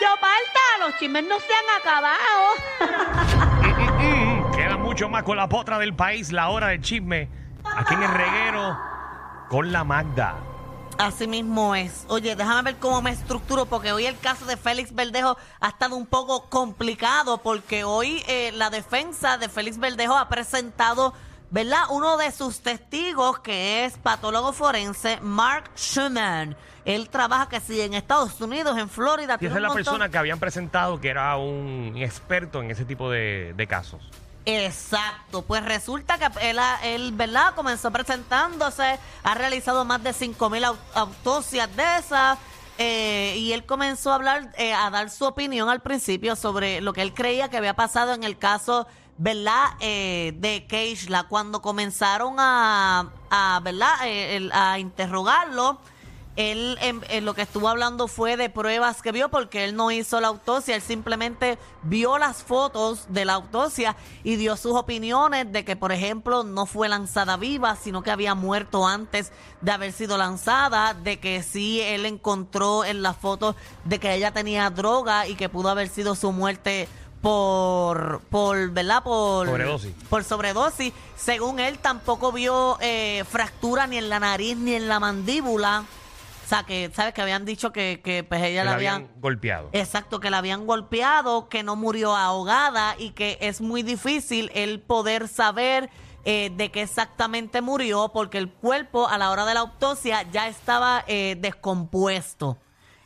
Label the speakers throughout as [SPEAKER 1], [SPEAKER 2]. [SPEAKER 1] Yo, falta, los chismes no se han acabado.
[SPEAKER 2] Queda mucho más con la potra del país, la hora del chisme. Aquí en el reguero, con la Magda.
[SPEAKER 1] Así mismo es. Oye, déjame ver cómo me estructuro, porque hoy el caso de Félix Verdejo ha estado un poco complicado, porque hoy eh, la defensa de Félix Verdejo ha presentado, ¿verdad? Uno de sus testigos, que es patólogo forense, Mark Schumann. Él trabaja que sí en Estados Unidos, en Florida.
[SPEAKER 2] Y
[SPEAKER 1] tiene
[SPEAKER 2] esa es
[SPEAKER 1] un
[SPEAKER 2] la
[SPEAKER 1] montón-
[SPEAKER 2] persona que habían presentado que era un experto en ese tipo de, de casos.
[SPEAKER 1] Exacto, pues resulta que él, ha- él, ¿verdad? Comenzó presentándose, ha realizado más de 5.000 au- autopsias de esas eh, y él comenzó a hablar, eh, a dar su opinión al principio sobre lo que él creía que había pasado en el caso, ¿verdad? Eh, de Keishla, cuando comenzaron a, a ¿verdad? Eh, el- a interrogarlo. Él en, en lo que estuvo hablando fue de pruebas que vio porque él no hizo la autopsia, él simplemente vio las fotos de la autopsia y dio sus opiniones de que, por ejemplo, no fue lanzada viva, sino que había muerto antes de haber sido lanzada, de que sí él encontró en las fotos de que ella tenía droga y que pudo haber sido su muerte por, por ¿verdad? Por
[SPEAKER 2] Sobredosis.
[SPEAKER 1] por sobredosis. Según él, tampoco vio eh, fractura ni en la nariz ni en la mandíbula. O sea, que, ¿sabes? Que habían dicho que, que pues ella
[SPEAKER 2] que
[SPEAKER 1] la
[SPEAKER 2] la
[SPEAKER 1] habían... Eh,
[SPEAKER 2] habían golpeado.
[SPEAKER 1] Exacto, que la habían golpeado, que no murió ahogada y que es muy difícil el poder saber eh, de qué exactamente murió porque el cuerpo a la hora de la autopsia ya estaba eh, descompuesto.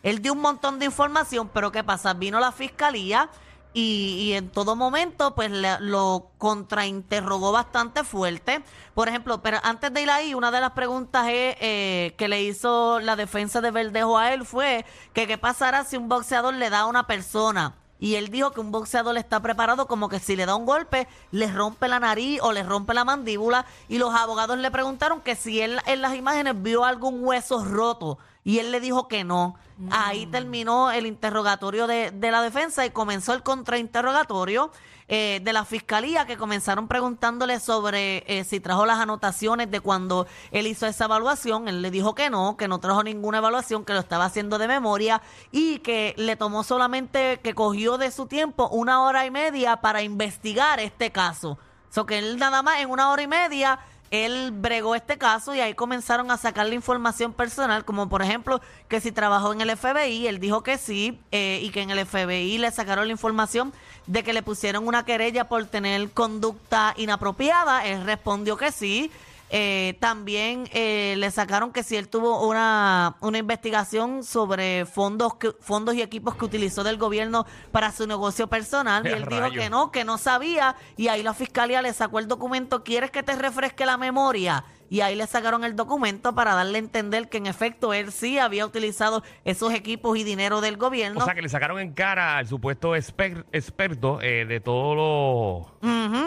[SPEAKER 1] Él dio un montón de información, pero ¿qué pasa? Vino la fiscalía y, y en todo momento pues le- lo contrainterrogó bastante fuerte. Por ejemplo, pero antes de ir ahí, una de las preguntas es, eh, que le hizo la defensa de Verdejo a él fue que qué pasará si un boxeador le da a una persona. Y él dijo que un boxeador está preparado como que si le da un golpe, le rompe la nariz o le rompe la mandíbula. Y los abogados le preguntaron que si él en las imágenes vio algún hueso roto. Y él le dijo que no. Ahí terminó el interrogatorio de, de la defensa y comenzó el contrainterrogatorio eh, de la fiscalía que comenzaron preguntándole sobre eh, si trajo las anotaciones de cuando él hizo esa evaluación. Él le dijo que no, que no trajo ninguna evaluación, que lo estaba haciendo de memoria y que le tomó solamente, que cogió de su tiempo una hora y media para investigar este caso. So que él nada más en una hora y media, él bregó este caso y ahí comenzaron a sacar la información personal, como por ejemplo que si trabajó en el FBI, él dijo que sí, eh, y que en el FBI le sacaron la información de que le pusieron una querella por tener conducta inapropiada, él respondió que sí. Eh, también eh, le sacaron que si él tuvo una, una investigación sobre fondos que- fondos y equipos que utilizó del gobierno para su negocio personal y él dijo
[SPEAKER 2] Rayos.
[SPEAKER 1] que no, que no sabía y ahí la fiscalía le sacó el documento, ¿quieres que te refresque la memoria? Y ahí le sacaron el documento para darle a entender que en efecto él sí había utilizado esos equipos y dinero del gobierno.
[SPEAKER 2] O sea, que le sacaron en cara al supuesto exper- experto eh, de todo lo,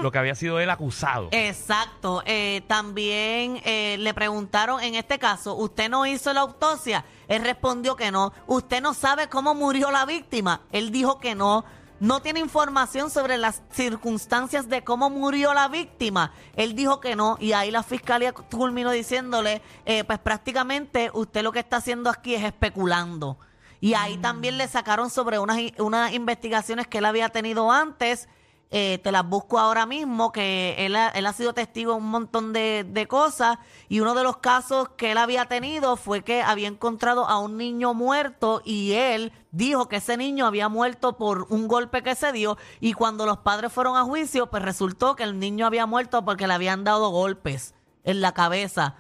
[SPEAKER 2] lo que había sido él acusado.
[SPEAKER 1] Exacto. Eh, también eh, le preguntaron en este caso, ¿usted no hizo la autopsia? Él respondió que no. ¿Usted no sabe cómo murió la víctima? Él dijo que no. No tiene información sobre las circunstancias de cómo murió la víctima. Él dijo que no y ahí la fiscalía culminó diciéndole, eh, pues prácticamente usted lo que está haciendo aquí es especulando. Y ahí también le sacaron sobre unas, unas investigaciones que él había tenido antes eh, te las busco ahora mismo, que él ha, él ha sido testigo de un montón de, de cosas y uno de los casos que él había tenido fue que había encontrado a un niño muerto y él dijo que ese niño había muerto por un golpe que se dio y cuando los padres fueron a juicio, pues resultó que el niño había muerto porque le habían dado golpes en la cabeza.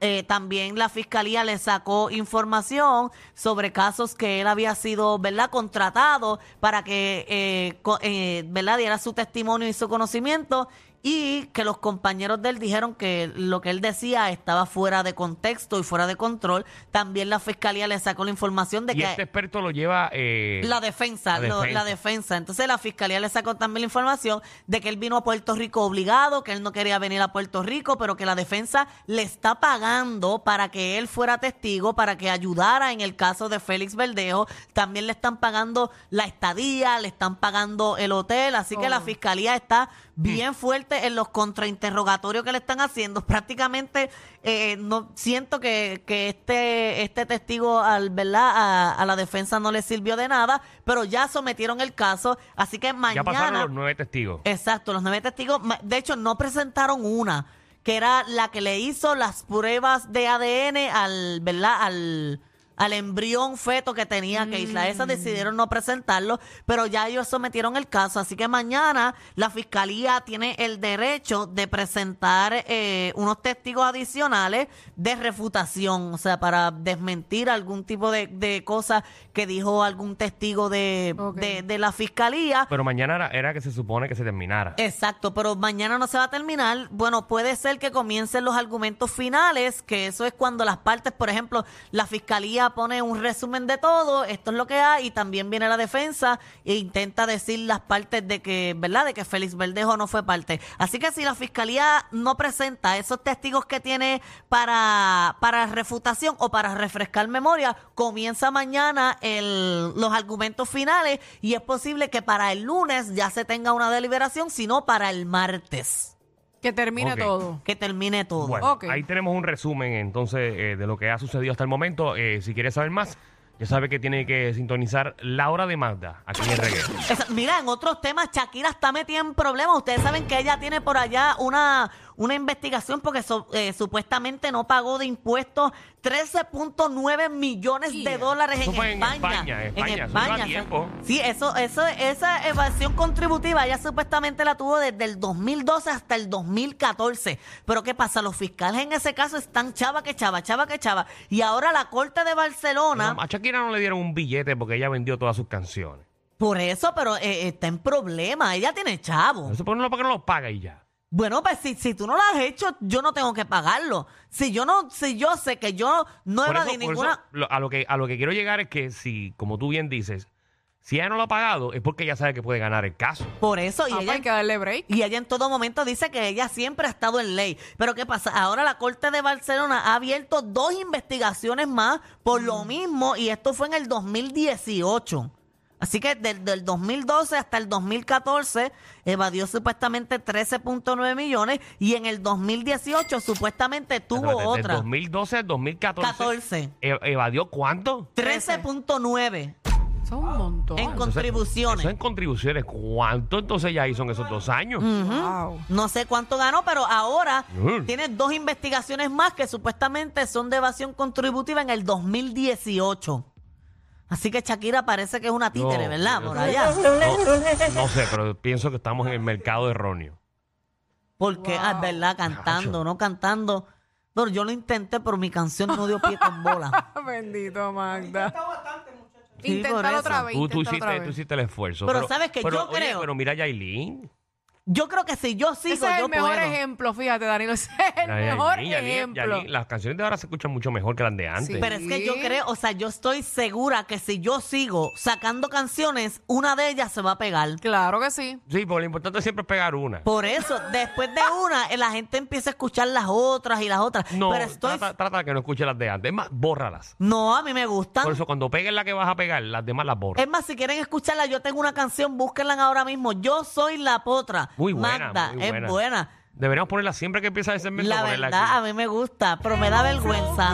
[SPEAKER 1] Eh, también la fiscalía le sacó información sobre casos que él había sido, ¿verdad?, contratado para que, eh, co- eh, ¿verdad?, diera su testimonio y su conocimiento. y que los compañeros de él dijeron que lo que él decía estaba fuera de contexto y fuera de control. También la fiscalía le sacó la información de
[SPEAKER 2] Y
[SPEAKER 1] que
[SPEAKER 2] este experto lo lleva. eh,
[SPEAKER 1] la defensa,
[SPEAKER 2] La
[SPEAKER 1] lo-
[SPEAKER 2] defensa.
[SPEAKER 1] la defensa. Entonces la fiscalía le sacó también la información de que él vino a Puerto Rico obligado, que él no quería venir a Puerto Rico, pero que la defensa le está pagando para que él fuera testigo, para que ayudara en el caso de Félix Verdejo. También le están pagando la estadía, le están pagando el hotel, así que la fiscalía está bien fuerte en los contrainterrogatorios que le están haciendo. Prácticamente eh, no siento que, que este, este testigo al verdad a, a la defensa no le sirvió de nada, pero ya sometieron el caso, así que
[SPEAKER 2] ya pasaron
[SPEAKER 1] mañana Eh.
[SPEAKER 2] los nueve testigos.
[SPEAKER 1] Exacto, los nueve testigos. ma- De hecho, no presentaron una, que era la que le hizo las pruebas de ADN al, ¿verdad? Al, al embrión feto que tenía que Isla. Esa decidieron no presentarlo, pero ya ellos sometieron el caso. Así que mañana la fiscalía tiene el derecho de presentar eh, unos testigos adicionales de refutación, o sea, para desmentir algún tipo de, de cosa que dijo algún testigo de,
[SPEAKER 3] Ok.
[SPEAKER 1] de- de la fiscalía.
[SPEAKER 2] Pero mañana era, era que se supone que se terminara.
[SPEAKER 1] Exacto, pero mañana no se va a terminar. Bueno, puede ser que comiencen los argumentos finales, que eso es cuando las partes, por ejemplo, la fiscalía pone un resumen de todo, esto es lo que hay, y también viene la defensa e intenta decir las partes de que, ¿verdad?, de que Félix Verdejo no fue parte. este. Así que si la fiscalía no presenta esos testigos que tiene para, para refutación o para refrescar memoria, comienza mañana el, los argumentos finales y es posible que para el lunes ya se tenga una deliberación, sino para el martes,
[SPEAKER 3] Que termine
[SPEAKER 2] Ok.
[SPEAKER 3] todo.
[SPEAKER 1] que termine todo.
[SPEAKER 2] Bueno,
[SPEAKER 3] Ok.
[SPEAKER 2] ahí tenemos un resumen entonces eh, de lo que ha sucedido hasta el momento. Eh, si quieres saber más, ya sabe que tiene que sintonizar Laura de Magda aquí en Reguero.
[SPEAKER 1] Esa- mira, en otros temas, Shakira está metida en problemas. Ustedes saben que ella tiene por allá una, una investigación porque so- eh, supuestamente no pagó de impuestos 13.9 millones de
[SPEAKER 3] Yeah.
[SPEAKER 1] dólares en,
[SPEAKER 2] Eso fue en
[SPEAKER 1] España.
[SPEAKER 2] España, España, eso lleva
[SPEAKER 1] o sea,
[SPEAKER 2] tiempo.
[SPEAKER 1] Sí, eso, eso, esa evasión contributiva ella supuestamente la tuvo desde el 2012 hasta el 2014. Pero ¿qué pasa? Los fiscales en ese caso están chava que chava, chava que chava. Y ahora la Corte de Barcelona...
[SPEAKER 2] A Shakira no le dieron un billete porque ella vendió todas sus canciones.
[SPEAKER 1] Por eso, pero eh, está en problema. Ella tiene chavo.
[SPEAKER 2] Eso por pues, no, porque no lo paga y ya.
[SPEAKER 1] Bueno, pues si, si tú no lo has hecho, yo no tengo que pagarlo. Si yo no, si yo sé que yo no
[SPEAKER 2] Por eso-
[SPEAKER 1] evadí
[SPEAKER 2] por eso,
[SPEAKER 1] ninguna.
[SPEAKER 2] lo- a, lo que, a lo que quiero llegar es que si, como tú bien dices, si ella no lo ha pagado es porque ella sabe que puede ganar el caso.
[SPEAKER 1] Por eso, y
[SPEAKER 3] Ah, pues
[SPEAKER 1] ella,
[SPEAKER 3] hay que darle break.
[SPEAKER 1] y ella en todo momento dice que ella siempre ha estado en ley. Pero ¿qué pasa? Ahora la Corte de Barcelona ha abierto dos investigaciones más por lo mismo, y esto fue en el 2018. Así que desde el 2012 hasta el 2014 evadió supuestamente 13.9 millones y en el 2018 supuestamente tuvo
[SPEAKER 2] Desde el
[SPEAKER 1] otra.
[SPEAKER 2] 2012 al 2014.
[SPEAKER 1] 14.
[SPEAKER 2] ev- e, ¿Evadió cuánto?
[SPEAKER 1] 13.9
[SPEAKER 3] Son un montón.
[SPEAKER 1] en contribuciones.
[SPEAKER 2] Eso en contribuciones. ¿Cuánto entonces ya hizo en esos dos años?
[SPEAKER 1] Mm.
[SPEAKER 3] Wow.
[SPEAKER 1] No sé cuánto ganó, pero ahora
[SPEAKER 2] Mm.
[SPEAKER 1] tiene dos investigaciones más que supuestamente son de evasión contributiva en el 2018. Así que Shakira parece que es una títere,
[SPEAKER 2] No,
[SPEAKER 1] ¿verdad?
[SPEAKER 2] Dios
[SPEAKER 1] Por
[SPEAKER 2] mío.
[SPEAKER 1] allá.
[SPEAKER 2] No sé, pero pienso que estamos en el mercado erróneo.
[SPEAKER 1] Porque, ah, es ¿verdad? Cantando, no cantando. No, yo lo intenté, pero mi canción no dio pie con bola.
[SPEAKER 3] Bendito Magda.
[SPEAKER 1] Sí, por
[SPEAKER 3] Inténtalo otra
[SPEAKER 1] eso.
[SPEAKER 3] vez.
[SPEAKER 2] Tú, tú
[SPEAKER 3] inténtalo otra
[SPEAKER 2] hiciste,
[SPEAKER 3] vez.
[SPEAKER 2] tú hiciste el esfuerzo.
[SPEAKER 1] Pero sabes que yo
[SPEAKER 2] oye,
[SPEAKER 1] creo-
[SPEAKER 2] Pero mira, Yailin.
[SPEAKER 1] Yo creo que si yo sigo,
[SPEAKER 3] Ese es
[SPEAKER 1] yo
[SPEAKER 3] el mejor
[SPEAKER 1] puedo.
[SPEAKER 3] ejemplo, fíjate, Danilo. Ese es el
[SPEAKER 2] Mira, Yailin,
[SPEAKER 3] mejor
[SPEAKER 2] Yailin,
[SPEAKER 3] ejemplo.
[SPEAKER 2] Yailin, las canciones de ahora se escuchan mucho mejor que las de antes.
[SPEAKER 3] Sí.
[SPEAKER 1] Pero es que yo creo, o sea, yo estoy segura que si yo sigo sacando canciones, una de ellas se va a pegar.
[SPEAKER 3] Claro que sí.
[SPEAKER 2] Sí, porque lo importante siempre es pegar una.
[SPEAKER 1] Por eso, después de una, eh, la gente empieza a escuchar las otras y las otras.
[SPEAKER 2] No,
[SPEAKER 1] Pero estoy.
[SPEAKER 2] trata, trata de que no escuches las de antes. Es más, bórralas.
[SPEAKER 1] No, a mí me gustan.
[SPEAKER 2] Por eso, cuando pegues la que vas a pegar, las demás las borras.
[SPEAKER 1] Es más, si quieren escucharla, yo tengo una canción, búsquenla ahora mismo. Yo soy la potra.
[SPEAKER 2] Muy buena,
[SPEAKER 1] Magda,
[SPEAKER 2] muy buena.
[SPEAKER 1] es buena.
[SPEAKER 2] Deberíamos ponerla siempre que empieza ese segmento.
[SPEAKER 1] La
[SPEAKER 2] ponerla
[SPEAKER 1] verdad,
[SPEAKER 2] aquí.
[SPEAKER 1] a mí me gusta, pero me da vergüenza.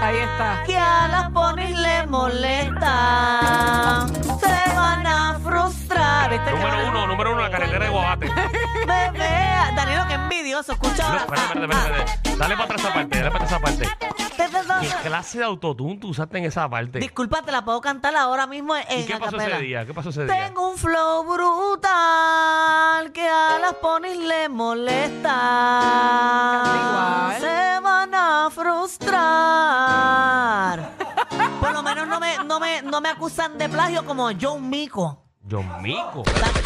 [SPEAKER 3] Ahí está.
[SPEAKER 1] Que a las ponis le molesta. Se van a frustrar. Este
[SPEAKER 2] Número uno, número uno, la carretera de Guabate. No,
[SPEAKER 1] Bebé. Danilo, que envidioso. Escucha ahora.
[SPEAKER 2] espérate, espérate, espérate, espérate. Dale para atrás esa parte, dale para atrás esa parte.
[SPEAKER 1] Ah,
[SPEAKER 2] ¿Qué clase de autotune tú usaste en esa parte?
[SPEAKER 1] Disculpa, te la puedo cantar ahora mismo en
[SPEAKER 2] ¿Y qué pasó
[SPEAKER 1] acapela.
[SPEAKER 2] ese día? ¿Qué pasó ese día?
[SPEAKER 1] Tengo un flow brutal que a las ponis le molesta.
[SPEAKER 3] Canta igual.
[SPEAKER 1] Se van a frustrar. Por lo menos no me, no me, no me acusan de plagio como John Mico.
[SPEAKER 2] John Mico.
[SPEAKER 1] La-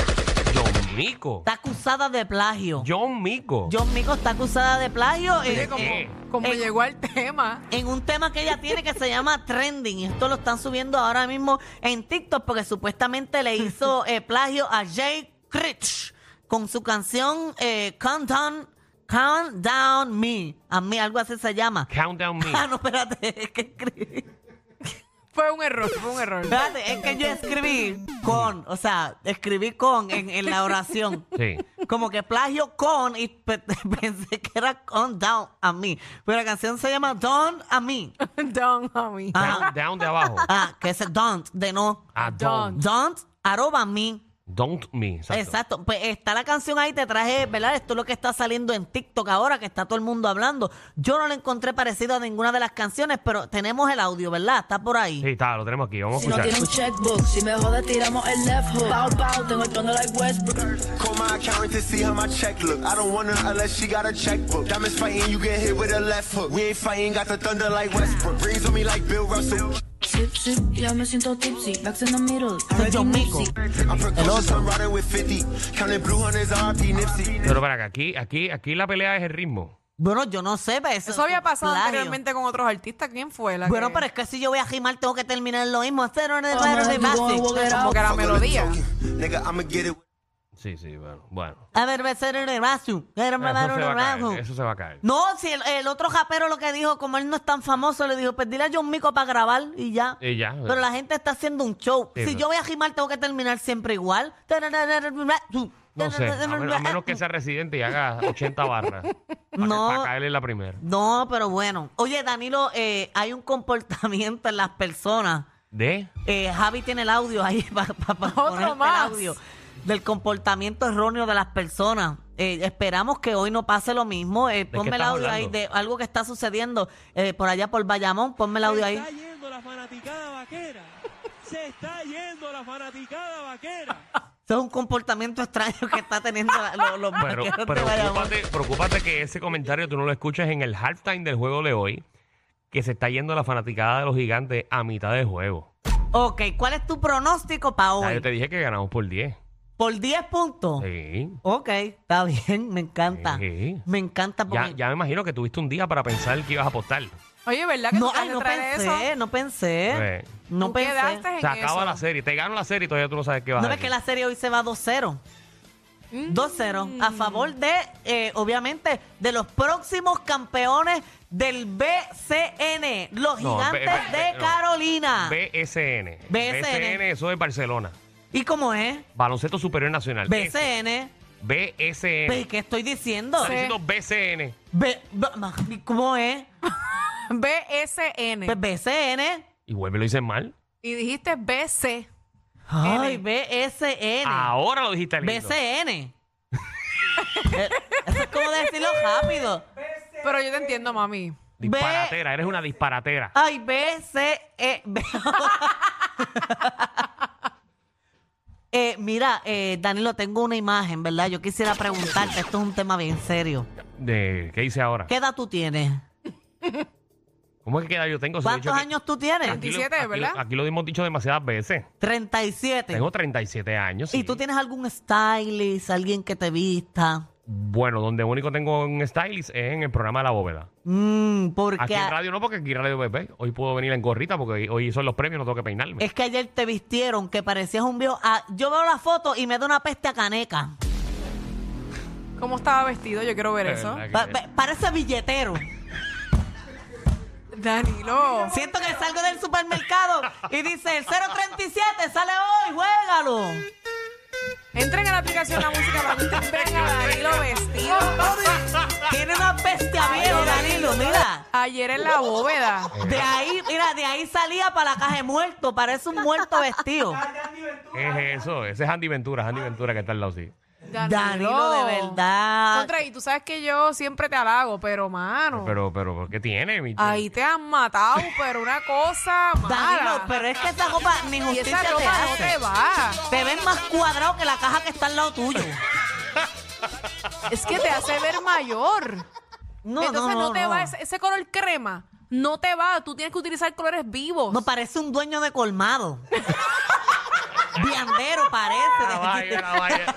[SPEAKER 2] John Mico.
[SPEAKER 1] Está acusada de plagio.
[SPEAKER 2] John Mico.
[SPEAKER 1] John Mico está acusada de plagio
[SPEAKER 3] Oye,
[SPEAKER 1] en,
[SPEAKER 3] como,
[SPEAKER 2] eh.
[SPEAKER 3] como
[SPEAKER 1] Eh.
[SPEAKER 3] llegó al tema.
[SPEAKER 1] en un tema que ella tiene que se llama Trending. Y esto lo están subiendo ahora mismo en TikTok porque supuestamente le hizo eh, plagio a Jay Critch con su canción eh, Countdown, Countdown Me. A mí algo así se llama.
[SPEAKER 2] Countdown Me.
[SPEAKER 1] Ah, no, espérate, es que escribí.
[SPEAKER 3] Fue un error, fue un error.
[SPEAKER 1] Espérate, es que yo escribí con, o sea, escribí con en, en la oración.
[SPEAKER 2] Sí.
[SPEAKER 1] Como que plagio con y pe- pensé que era Countdown a mí. Pero la canción se llama Down a mí.
[SPEAKER 3] Don, homie.
[SPEAKER 1] Ah.
[SPEAKER 2] Down, down de abajo.
[SPEAKER 1] Ah, que es don't, de no.
[SPEAKER 2] Ah, don't.
[SPEAKER 1] Don't, arroba me.
[SPEAKER 2] Don't me. Exacto.
[SPEAKER 1] Exacto. Pues está la canción ahí, te traje, ¿verdad? Esto es lo que está saliendo en TikTok ahora, que está todo el mundo hablando. Yo no la encontré parecida a ninguna de las canciones, pero tenemos el audio, ¿verdad? Está por ahí.
[SPEAKER 2] Sí, está, lo tenemos aquí. Vamos a
[SPEAKER 4] Si no
[SPEAKER 2] escuchar.
[SPEAKER 4] tiene un checkbook, si me jode tiramos el left hook. Bow, bow, tengo el tono like Westbrook.
[SPEAKER 5] Call my accountant to see how my check look. I don't want her unless she got a checkbook. Diamonds fighting, you get hit with a left hook. We ain't fighting, got the thunder like Westbrook. Rings on me like Bill Russell.
[SPEAKER 4] Sip, sip, ya me siento tipsy. Backs in the middle.
[SPEAKER 1] Soy John Mico.
[SPEAKER 5] I'm precocious, I'm riding with 50. Counting blue hunters, RP Nipsey.
[SPEAKER 2] Pero para acá, aquí, aquí, aquí la pelea es el ritmo.
[SPEAKER 1] Bueno, yo no sé, pero eso,
[SPEAKER 3] Eso había pasado
[SPEAKER 1] plagio.
[SPEAKER 3] anteriormente con otros artistas. ¿Quién fue? La
[SPEAKER 1] Bueno,
[SPEAKER 3] que-
[SPEAKER 1] pero es que si yo voy a rimar, tengo que terminar lo mismo. Cero en el
[SPEAKER 4] Vamos,
[SPEAKER 1] raro de basic.
[SPEAKER 4] vamos, vamos,
[SPEAKER 3] Como que la
[SPEAKER 5] Fuck all the
[SPEAKER 3] melodía.
[SPEAKER 5] talking. Nigga, I'ma get it.
[SPEAKER 2] Sí, sí, bueno. Bueno.
[SPEAKER 1] A ver, ve cero en el basic. Cero en el
[SPEAKER 2] Eso se va a
[SPEAKER 1] basic.
[SPEAKER 2] caer. Eso se va a caer.
[SPEAKER 1] No, si el, el otro japero lo que dijo, como él no es tan famoso, le dijo, pues dile a John Mico para grabar y ya.
[SPEAKER 2] Y ya.
[SPEAKER 1] Pero la gente está haciendo un show.
[SPEAKER 2] Sí,
[SPEAKER 1] si
[SPEAKER 2] pero-
[SPEAKER 1] yo voy a rimar, tengo que terminar siempre igual.
[SPEAKER 2] No sé, a, men- a menos que sea residente y haga 80 barras. Para,
[SPEAKER 1] No.
[SPEAKER 2] para caerle la primera.
[SPEAKER 1] No, pero bueno. Oye, Danilo, eh, hay un comportamiento en las personas.
[SPEAKER 2] ¿De?
[SPEAKER 1] Eh, Javi tiene el audio ahí para
[SPEAKER 3] Otro más.
[SPEAKER 1] el audio del comportamiento erróneo de las personas. Eh, esperamos que hoy no pase lo mismo. Eh,
[SPEAKER 2] qué
[SPEAKER 1] ponme el
[SPEAKER 2] estás
[SPEAKER 1] audio ahí
[SPEAKER 2] hablando?
[SPEAKER 1] de algo que está sucediendo eh, por allá por Bayamón. Ponme el audio
[SPEAKER 6] Se
[SPEAKER 1] ahí.
[SPEAKER 6] está yendo la fanaticada vaquera. Se está yendo la fanaticada vaquera.
[SPEAKER 1] Eso es un comportamiento extraño que está teniendo la- lo- los
[SPEAKER 2] Pero,
[SPEAKER 1] vaqueros de Bayamón.
[SPEAKER 2] preocúpate, preocúpate que ese comentario tú no lo escuchas en el halftime del juego de hoy, que se está yendo la fanaticada de los gigantes a mitad de juego.
[SPEAKER 1] Ok, ¿cuál es tu pronóstico para
[SPEAKER 2] Ah,
[SPEAKER 1] hoy?
[SPEAKER 2] yo te dije que ganamos por 10.
[SPEAKER 1] Por 10 puntos.
[SPEAKER 2] Sí.
[SPEAKER 1] Ok, está bien, me encanta.
[SPEAKER 2] Sí.
[SPEAKER 1] Me encanta
[SPEAKER 2] Ya,
[SPEAKER 1] porque...
[SPEAKER 2] ya me imagino que tuviste un día para pensar que ibas a apostar.
[SPEAKER 3] Oye, ¿verdad que
[SPEAKER 1] No,
[SPEAKER 3] tú
[SPEAKER 1] ay, no
[SPEAKER 3] traer
[SPEAKER 1] pensé,
[SPEAKER 3] eso?
[SPEAKER 1] no pensé.
[SPEAKER 2] Sí.
[SPEAKER 1] No
[SPEAKER 3] Tú
[SPEAKER 1] pensé.
[SPEAKER 3] quedaste en
[SPEAKER 2] Se acaba
[SPEAKER 3] eso.
[SPEAKER 2] la serie, te gano la serie y todavía tú no sabes qué vas
[SPEAKER 1] No
[SPEAKER 2] a
[SPEAKER 1] ves
[SPEAKER 2] hacer.
[SPEAKER 1] que la serie hoy se va 2-0.
[SPEAKER 3] Mm.
[SPEAKER 1] 2-0. A favor de, eh, obviamente, de los próximos campeones del BCN, los
[SPEAKER 2] No, B-
[SPEAKER 1] gigantes
[SPEAKER 2] B-
[SPEAKER 1] de
[SPEAKER 2] no.
[SPEAKER 1] Carolina.
[SPEAKER 2] BSN. BSN.
[SPEAKER 1] BSN,
[SPEAKER 2] eso es Barcelona.
[SPEAKER 1] ¿Y cómo es?
[SPEAKER 2] Baloncesto Superior Nacional.
[SPEAKER 1] BCN.
[SPEAKER 2] BSN.
[SPEAKER 1] Ve, Pues, ¿Qué estoy diciendo?
[SPEAKER 2] Está diciendo BCN.
[SPEAKER 1] Ve- ve- ma- ¿y ¿Cómo es?
[SPEAKER 3] BSN.
[SPEAKER 1] Pues BCN.
[SPEAKER 2] Y vuelve, lo dicen mal.
[SPEAKER 3] y dijiste BC.
[SPEAKER 1] Ay,
[SPEAKER 3] N.
[SPEAKER 1] BSN.
[SPEAKER 2] Ahora lo dijiste Ah, lindo.
[SPEAKER 1] BCN. Eh, Eso es como decirlo rápido.
[SPEAKER 3] Pero yo te entiendo, mami.
[SPEAKER 2] Disparatera, eres una disparatera.
[SPEAKER 1] Ay, E, BCN. Eh, mira, eh, Danilo, tengo una imagen, ¿verdad? Yo quisiera preguntarte, esto es un tema bien serio.
[SPEAKER 2] De, ¿Qué hice ahora?
[SPEAKER 1] ¿Qué edad tú tienes?
[SPEAKER 2] ¿Cómo es que queda yo tengo? Si he dicho
[SPEAKER 1] ¿Cuántos
[SPEAKER 2] que-
[SPEAKER 1] años tú tienes?
[SPEAKER 2] aquí lo-
[SPEAKER 3] 37,
[SPEAKER 2] aquí lo-
[SPEAKER 3] ¿verdad?
[SPEAKER 2] Aquí lo hemos dicho demasiadas veces.
[SPEAKER 1] 37.
[SPEAKER 2] Tengo 37 años.
[SPEAKER 1] ¿Y
[SPEAKER 2] sí.
[SPEAKER 1] tú tienes algún stylist, alguien que te vista?
[SPEAKER 2] Bueno, donde único tengo un stylist es en el programa de la bóveda.
[SPEAKER 1] Mm, porque
[SPEAKER 2] Aquí
[SPEAKER 1] a-
[SPEAKER 2] en radio no, porque aquí en radio bebé. Hoy puedo venir en gorrita porque hoy, hoy son los premios, no tengo que peinarme.
[SPEAKER 1] es que ayer te vistieron que parecías un viejo. Ah, yo veo la foto y me da una peste a caneca.
[SPEAKER 3] ¿Cómo estaba vestido? Yo quiero ver
[SPEAKER 2] Eh,
[SPEAKER 3] eso.
[SPEAKER 2] aquí-
[SPEAKER 1] Pa- pa- parece billetero.
[SPEAKER 3] Danilo.
[SPEAKER 1] Siento que salgo del supermercado y dice el 037 sale hoy, juégalo.
[SPEAKER 3] Entren a la aplicación La Música para que ustedes vean a Danilo vestido.
[SPEAKER 1] Tiene una peste a viejo, Danilo, mira.
[SPEAKER 3] Ayer en la bóveda.
[SPEAKER 1] De ahí, mira, de ahí salía para la caja de muerto, parece un muerto vestido.
[SPEAKER 2] ¿Qué es eso? Ese es Andy Ventura, Andy Ventura que está al lado, sí.
[SPEAKER 1] Danilo, de verdad.
[SPEAKER 3] Contra, y tú sabes que yo siempre te halago, pero mano.
[SPEAKER 2] Pero, pero, ¿qué tiene, mi
[SPEAKER 3] ahí te han matado, pero una cosa
[SPEAKER 1] Danilo,
[SPEAKER 3] mala.
[SPEAKER 1] pero es que esa ropa ni
[SPEAKER 3] y
[SPEAKER 1] justicia
[SPEAKER 3] esa
[SPEAKER 1] te
[SPEAKER 3] ropa no
[SPEAKER 1] hace.
[SPEAKER 3] te va.
[SPEAKER 1] Te ves más cuadrado que la caja que está al lado tuyo.
[SPEAKER 3] Es que te hace ver mayor.
[SPEAKER 1] No,
[SPEAKER 3] Entonces no, te
[SPEAKER 1] no.
[SPEAKER 3] va ese, ese color crema. No te va. Tú tienes que utilizar colores vivos.
[SPEAKER 1] No parece un dueño de colmado. Viandero parece.
[SPEAKER 2] Vaya, vaya.